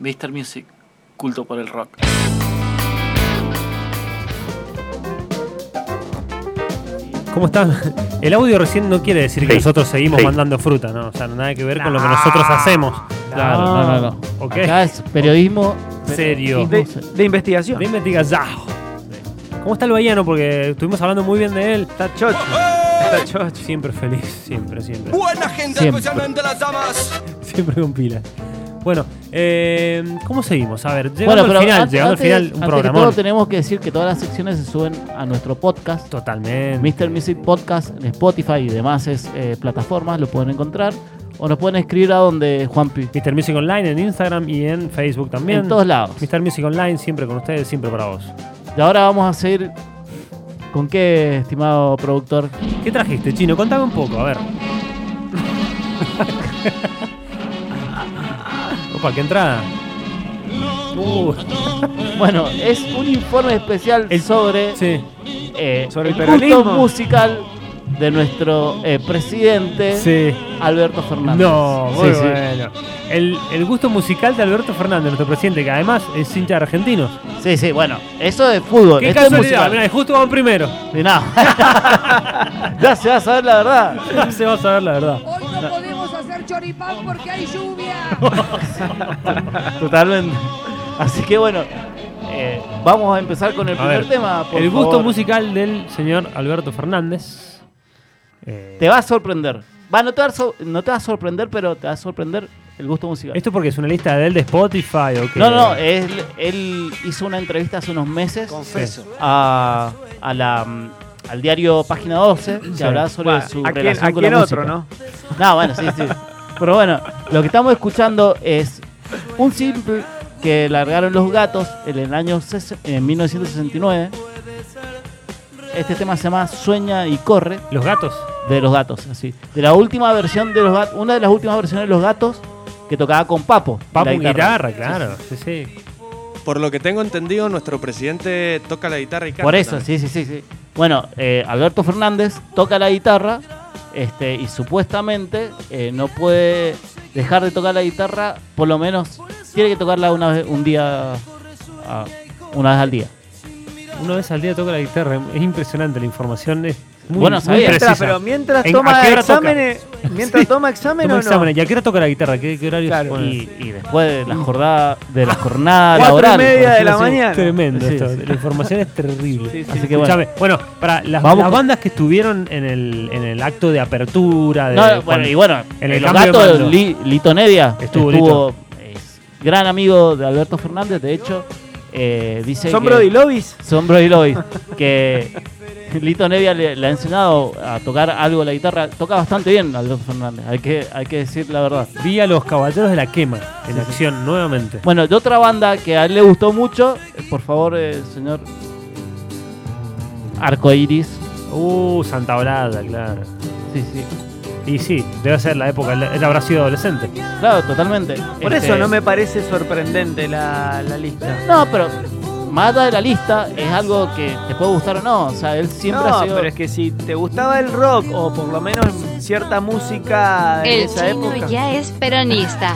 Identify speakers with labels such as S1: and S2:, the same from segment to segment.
S1: Daystar Music, culto por el rock.
S2: ¿Cómo están? El audio recién no quiere decir que
S3: Sí,
S2: nosotros seguimos
S3: sí.
S2: mandando fruta, ¿no? O sea, nada que ver con lo que
S3: No,
S2: nosotros hacemos.
S4: Claro, no, no, no.
S2: Ok.
S4: Acá es periodismo
S2: Serio.
S3: De, de
S2: De
S3: investigación.
S2: investigación. ¿Cómo está el Bahiano? Porque estuvimos hablando muy bien de él.
S3: Está chocho. Está chocho.
S2: Siempre feliz, siempre, siempre.
S5: Buena gente,
S4: Siempre.
S5: especialmente las damas.
S2: Siempre con pilas. Bueno, eh, ¿cómo seguimos? A ver, llegando
S4: Bueno, pero
S2: al final,
S4: antes-
S2: llegando
S4: antes-
S2: al final, un
S4: antes que
S2: programón.
S4: todo tenemos que decir que todas las secciones se suben a nuestro podcast.
S2: Totalmente.
S4: Mr. Music Podcast en Spotify y demás es, eh, plataformas lo pueden encontrar. O nos pueden escribir a donde Juanpi.
S2: Mr. Music Online en Instagram y en Facebook también.
S4: En todos lados.
S2: Mr. Music Online siempre con ustedes, siempre para vos.
S4: Y ahora vamos a seguir. ¿Con qué, estimado productor?
S2: ¿Qué trajiste, Chino? Contame un poco, a ver. Opa, qué entrada. Uh,
S4: Bueno, es un informe especial
S2: El-
S4: sobre,
S2: sí.
S4: eh,
S3: sobre el
S4: gusto
S3: peronismo.
S4: musical de nuestro eh, presidente
S2: Sí.
S4: Alberto Fernández.
S2: No, muy
S4: Sí, sí.
S2: bueno. El, el gusto musical de Alberto Fernández, nuestro presidente, que además es hincha de argentinos.
S4: Sí, sí, bueno, eso de fútbol.
S2: ¡Qué
S4: esto es
S2: casualidad!
S4: musical.
S2: Mirá, justo van primero.
S4: De nada. ya se va a saber la verdad.
S2: Se va a saber la verdad.
S6: Hoy no podemos hacer choripán porque hay lluvia.
S4: Totalmente. Así que bueno, eh, vamos a empezar con el
S2: A
S4: primer
S2: ver,
S4: tema. por
S2: el gusto
S4: favor.
S2: musical del señor Alberto Fernández. Eh,
S4: Te va a sorprender. Va, no te, va a sor- no te va a sorprender, pero te va a sorprender el gusto musical.
S2: ¿Esto porque es una lista de él de Spotify o qué?
S4: No, no, eh, él, él hizo una entrevista hace unos meses
S3: Confeso.
S4: a, a la, mm, al diario Página 12 que
S2: Sí.
S4: hablaba sobre su
S3: ¿A quién,
S4: relación
S3: a
S4: con
S3: quién
S4: la
S3: otro,
S4: música.
S3: no?
S4: No, bueno, sí, sí. Pero bueno, lo que estamos escuchando es un simple que largaron los gatos en el año ses- en 1969. Este tema se llama Sueña y corre
S2: Los gatos.
S4: de los gatos, así. De la última versión de los gatos, una de las últimas versiones de los gatos que tocaba con Papo.
S2: Papo
S4: la
S2: en guitarra, claro. Sí, sí.
S5: Por lo que tengo entendido, nuestro presidente toca la guitarra y canta.
S4: Por eso,
S5: también.
S4: sí, sí, sí, sí. Bueno, eh, Alberto Fernández toca la guitarra este, y supuestamente eh, no puede dejar de tocar la guitarra, por lo menos tiene que tocarla una vez, un día, ah, una vez al día.
S2: Una vez al día toca la guitarra. Es impresionante la información. Es muy,
S4: Bueno,
S2: muy
S4: sabía.
S2: precisa.
S3: Mientras, pero mientras
S2: ¿En- a
S3: toma
S2: qué hora toca?
S3: exámenes, mientras
S2: Sí.
S3: toma exámenes
S2: Toma
S3: o no.
S2: exámenes. ¿Y a qué hora toca la guitarra? ¿Qué, qué horario
S3: Claro.
S2: se pone?
S4: Y, y después de la jornada, de la jornada
S3: Cuatro y
S4: laboral. por
S3: media de
S4: decirlo
S3: la
S4: así.
S3: mañana.
S2: Tremendo
S4: Sí,
S2: esto.
S4: sí.
S2: La información es terrible.
S4: Así que bueno.
S2: Escuchame, bueno. para las,
S4: Vamos
S2: las
S4: con-
S2: bandas que estuvieron en el, en el acto de apertura, de
S4: No, bueno,
S2: Eh, cuando-
S4: y bueno,
S2: en
S4: en
S2: el
S4: los
S2: cambio de mando.
S4: gatos, Li- Lito Nedia
S2: Estuvo
S4: estuvo, es gran amigo de Alberto Fernández, de hecho, eh, dice
S3: ¿Son
S4: que-
S3: Brody Lobbies?
S4: Son Brody Lloyd, que Lito Nevia le, le ha enseñado a tocar algo la guitarra. Toca bastante bien Alberto Fernández, hay que, hay que decir la verdad.
S2: vi a los caballeros de la quema en acción nuevamente.
S4: Bueno, de otra banda que a él le gustó mucho, eh, por favor, eh, señor Arcoiris.
S2: Uh, Santa Blada, claro.
S4: Sí, sí.
S2: Y sí, debe ser la época, él habrá sido adolescente.
S4: Claro, totalmente.
S3: Por
S4: Este,
S3: eso no me parece sorprendente la, la lista.
S4: No, pero más allá de la lista es algo que te puede gustar o no. O sea, él siempre
S3: no,
S4: ha sido...
S3: pero es que si te gustaba el rock o por lo menos cierta música de
S7: El
S3: esa
S7: chino
S3: época,
S7: ya es peronista.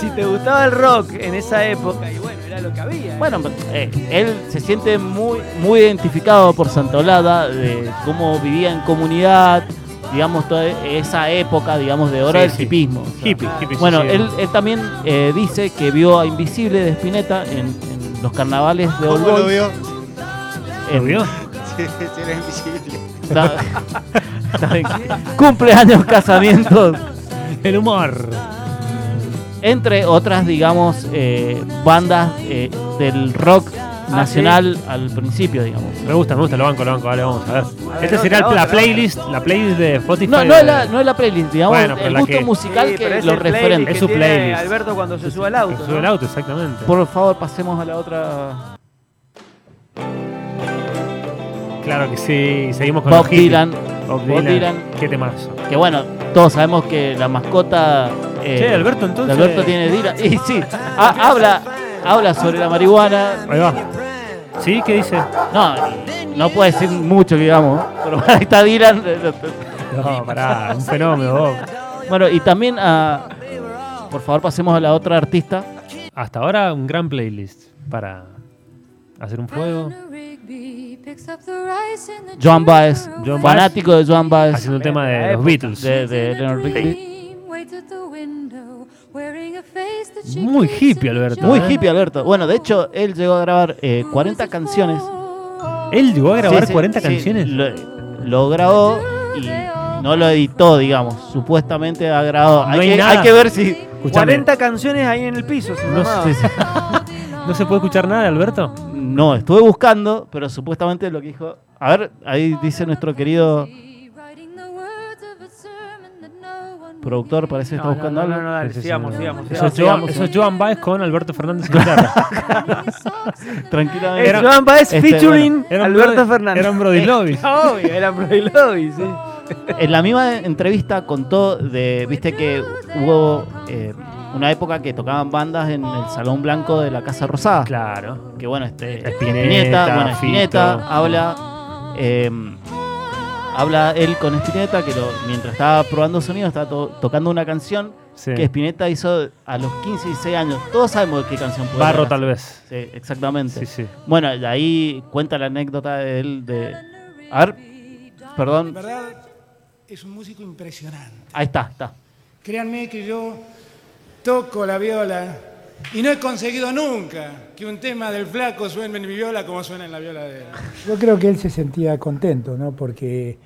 S3: si te gustaba el rock en esa época, y bueno, era lo que había. ¿eh?
S4: Bueno, eh, él se siente muy, muy identificado por Santa Olada, de cómo vivía en comunidad, digamos, toda esa época, digamos, de hora
S2: Sí,
S4: del
S2: sí.
S4: hipismo. o sea.
S2: Hippie, hippie.
S4: Bueno,
S2: sí, sí.
S4: él, él también eh, dice que vio a Invisible de Spinetta en, en los carnavales de Old Boys. En-
S2: ¿Lo vio?
S4: está- está bien. Cumpleaños, casamientos,
S2: El humor.
S4: entre otras, digamos, eh, bandas eh, del rock
S2: Ah,
S4: nacional al principio, digamos.
S2: Me gusta, me gusta, lo banco, lo banco, vale, vamos a ver.
S3: ver,
S2: Esta
S3: otra,
S2: será
S3: otra,
S2: la
S3: otra.
S2: playlist, la playlist de Spotify.
S4: No, no
S2: de-
S4: es la, no es la playlist, digamos,
S2: Bueno, pero
S4: el
S2: la
S4: gusto
S2: que-
S4: musical
S3: Sí, pero
S4: que
S3: es
S4: lo
S3: el playlist
S4: referente.
S3: que
S2: Es su
S3: tiene
S2: playlist.
S3: Alberto cuando se sube al auto.
S2: que Sube
S3: ¿no?
S2: el auto, exactamente.
S4: Por favor, pasemos a la otra.
S2: Claro que sí, seguimos con
S4: Bob
S2: los hippies.
S4: Dylan.
S2: Bob
S4: Bob
S2: Dylan.
S4: Dylan.
S2: Qué temazo.
S4: Que bueno, todos sabemos que la mascota. eh,
S2: Che, Alberto,
S4: de
S2: entonces.
S4: Alberto tiene Dylan. Y sí, ha- habla, habla sobre la marihuana.
S2: Ahí va. ¿Sí? ¿Qué dice?
S4: No, no puede decir mucho, digamos. Pero ahí está Dylan.
S2: No, pará, un fenómeno, Bob.
S4: Bueno, y también a, Por favor, pasemos a la otra artista.
S2: Hasta ahora un gran playlist para hacer un fuego,
S4: Joan Baez,
S2: Joan Baez.
S4: fanático de Joan Baez,
S2: haciendo un tema
S3: la
S2: de los
S3: época.
S2: Beatles.
S4: de, de Leonard Rigby.
S2: Muy hippie, Alberto. ¿eh?
S4: Muy
S3: eh.
S4: hippie, Alberto. Bueno, de hecho, él llegó a grabar eh, 40 canciones.
S2: Él llegó a grabar
S4: Sí, sí,
S2: 40
S4: sí,
S2: canciones.
S4: Lo, lo grabó y no lo editó, digamos. Supuestamente ha grabado.
S2: No hay
S4: hay, que,
S2: nada.
S4: hay que ver si.
S2: Escuchame,
S3: 40 canciones ahí en el piso, sin
S2: no,
S3: mamá.
S2: se, no se puede escuchar nada, Alberto.
S4: No, estuve buscando, pero supuestamente lo que dijo. A ver, ahí dice nuestro querido productor, parece que está
S3: No,
S4: buscando
S3: no, no,
S4: algo.
S3: no, dale,
S2: Sí, sí,
S3: sigamos,
S2: sí.
S3: sigamos,
S2: Eso es,
S3: sigamos,
S2: Joan,
S3: sigamos.
S2: eso es Joan Baez con Alberto Fernández en guitarra.
S4: Tranquilamente.
S3: Es Joan Baez
S4: este,
S3: featuring
S2: Era un
S3: Alberto
S2: Brody-
S3: Fernández.
S2: Era un Brody Lobby.
S3: Obvio, era Brody Lobby, sí.
S4: En la misma entrevista contó de, viste que hubo eh, una época que tocaban bandas en el Salón Blanco de la Casa Rosada.
S2: Claro.
S4: Que bueno, este
S2: Spinetta,
S4: Spinetta, bueno, Spinetta
S2: Fito.
S4: habla eh, habla él con Spinetta que lo- mientras estaba probando sonido estaba to- tocando una canción
S2: Sí.
S4: que Spinetta hizo a los 15 y 16 años. Todos sabemos de qué canción puede
S2: Barro
S4: ser.
S2: tal vez.
S4: Sí, exactamente.
S2: Sí, sí.
S4: Bueno, de ahí cuenta la anécdota de él de A ver, perdón,
S7: verdad es un músico impresionante.
S4: ahí está, está.
S7: Créanme que yo toco la viola y no he conseguido nunca que un tema del flaco suene en mi viola como suena en la viola de él.
S8: Yo creo que él se sentía contento, ¿no? Porque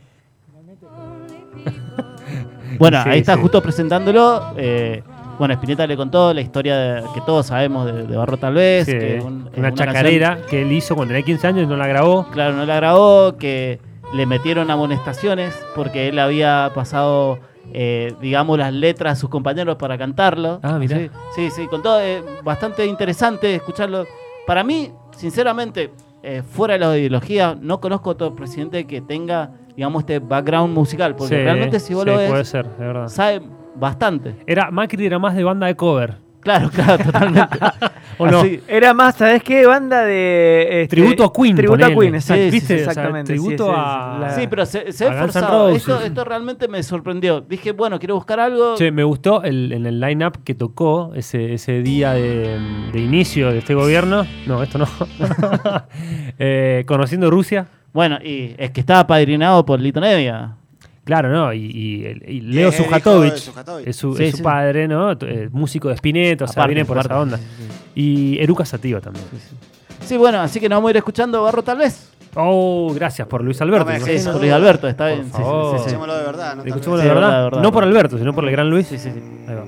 S4: Bueno,
S2: Sí,
S4: ahí está
S2: sí.
S4: justo presentándolo. eh, bueno, Spinetta le contó la historia de- que todos sabemos de, de Barro tal vez.
S2: Sí,
S4: que un- eh,
S2: una
S4: canción-
S2: chacarera que él hizo cuando tenía 15 años y no la grabó.
S4: claro, no la grabó, que le metieron amonestaciones porque él había pasado, eh, digamos, las letras a sus compañeros para cantarlo.
S2: Ah, mirá.
S4: Sí, sí, sí, contó, eh, bastante interesante escucharlo. Para mí, sinceramente, eh, fuera de la ideología, no conozco otro presidente que tenga, digamos, este background musical, porque
S2: Sí,
S4: realmente si vos
S2: sí,
S4: lo
S2: puede
S4: ves,
S2: ser, de verdad.
S4: sabe bastante.
S2: Era, Macri era más de banda de cover.
S4: Claro, claro, totalmente.
S2: ¿O no?
S4: Así-
S3: Era más, ¿sabés qué? Banda de. este,
S2: Tributo a Queen,
S3: Tributo
S2: ponele.
S3: a Queen, exacto,
S4: Sí, sí,
S2: sí,
S3: ¿viste?
S2: o sea,
S3: exactamente.
S2: tributo a-
S3: la-
S4: Sí, pero se, se ha
S2: A Guns N'
S4: esforzado.
S2: Roses.
S4: Esto, esto realmente me sorprendió. Dije, bueno, quiero buscar algo.
S2: Che, me gustó el, en el line-up que tocó ese, ese día de, de inicio de este gobierno. No, esto no. Eh, conociendo Rusia.
S4: Bueno, y es que estaba padrinado por Lito Nevia.
S2: Claro, ¿no? Y, y- y Leo
S9: Es el hijo de
S2: Sujatovich
S9: Sujatovic.
S2: es su,
S4: Sí,
S2: es su
S4: sí.
S2: padre, ¿no? T- eh, músico de Spinetta, o sea,
S4: Aparte,
S2: viene por esa
S4: aparte.
S2: onda. Y Eruca Sativa también.
S4: Sí, bueno, así que nos vamos a ir escuchando Barro tal vez.
S2: Oh, gracias por Luis Alberto.
S9: No me
S2: ¿no?
S9: dejes.
S4: Es por Luis Alberto, está
S2: Por
S4: bien. sí, sí,
S2: favor.
S4: sí, sí.
S9: Escuchémoslo de verdad, no
S2: Le
S9: tal
S2: escuchamos
S9: vez.
S2: la
S4: Sí,
S2: verdad.
S4: verdad, verdad,
S2: No por
S4: verdad.
S2: Alberto, sino por el gran Luis.
S4: Sí, sí, sí.
S2: Ahí va.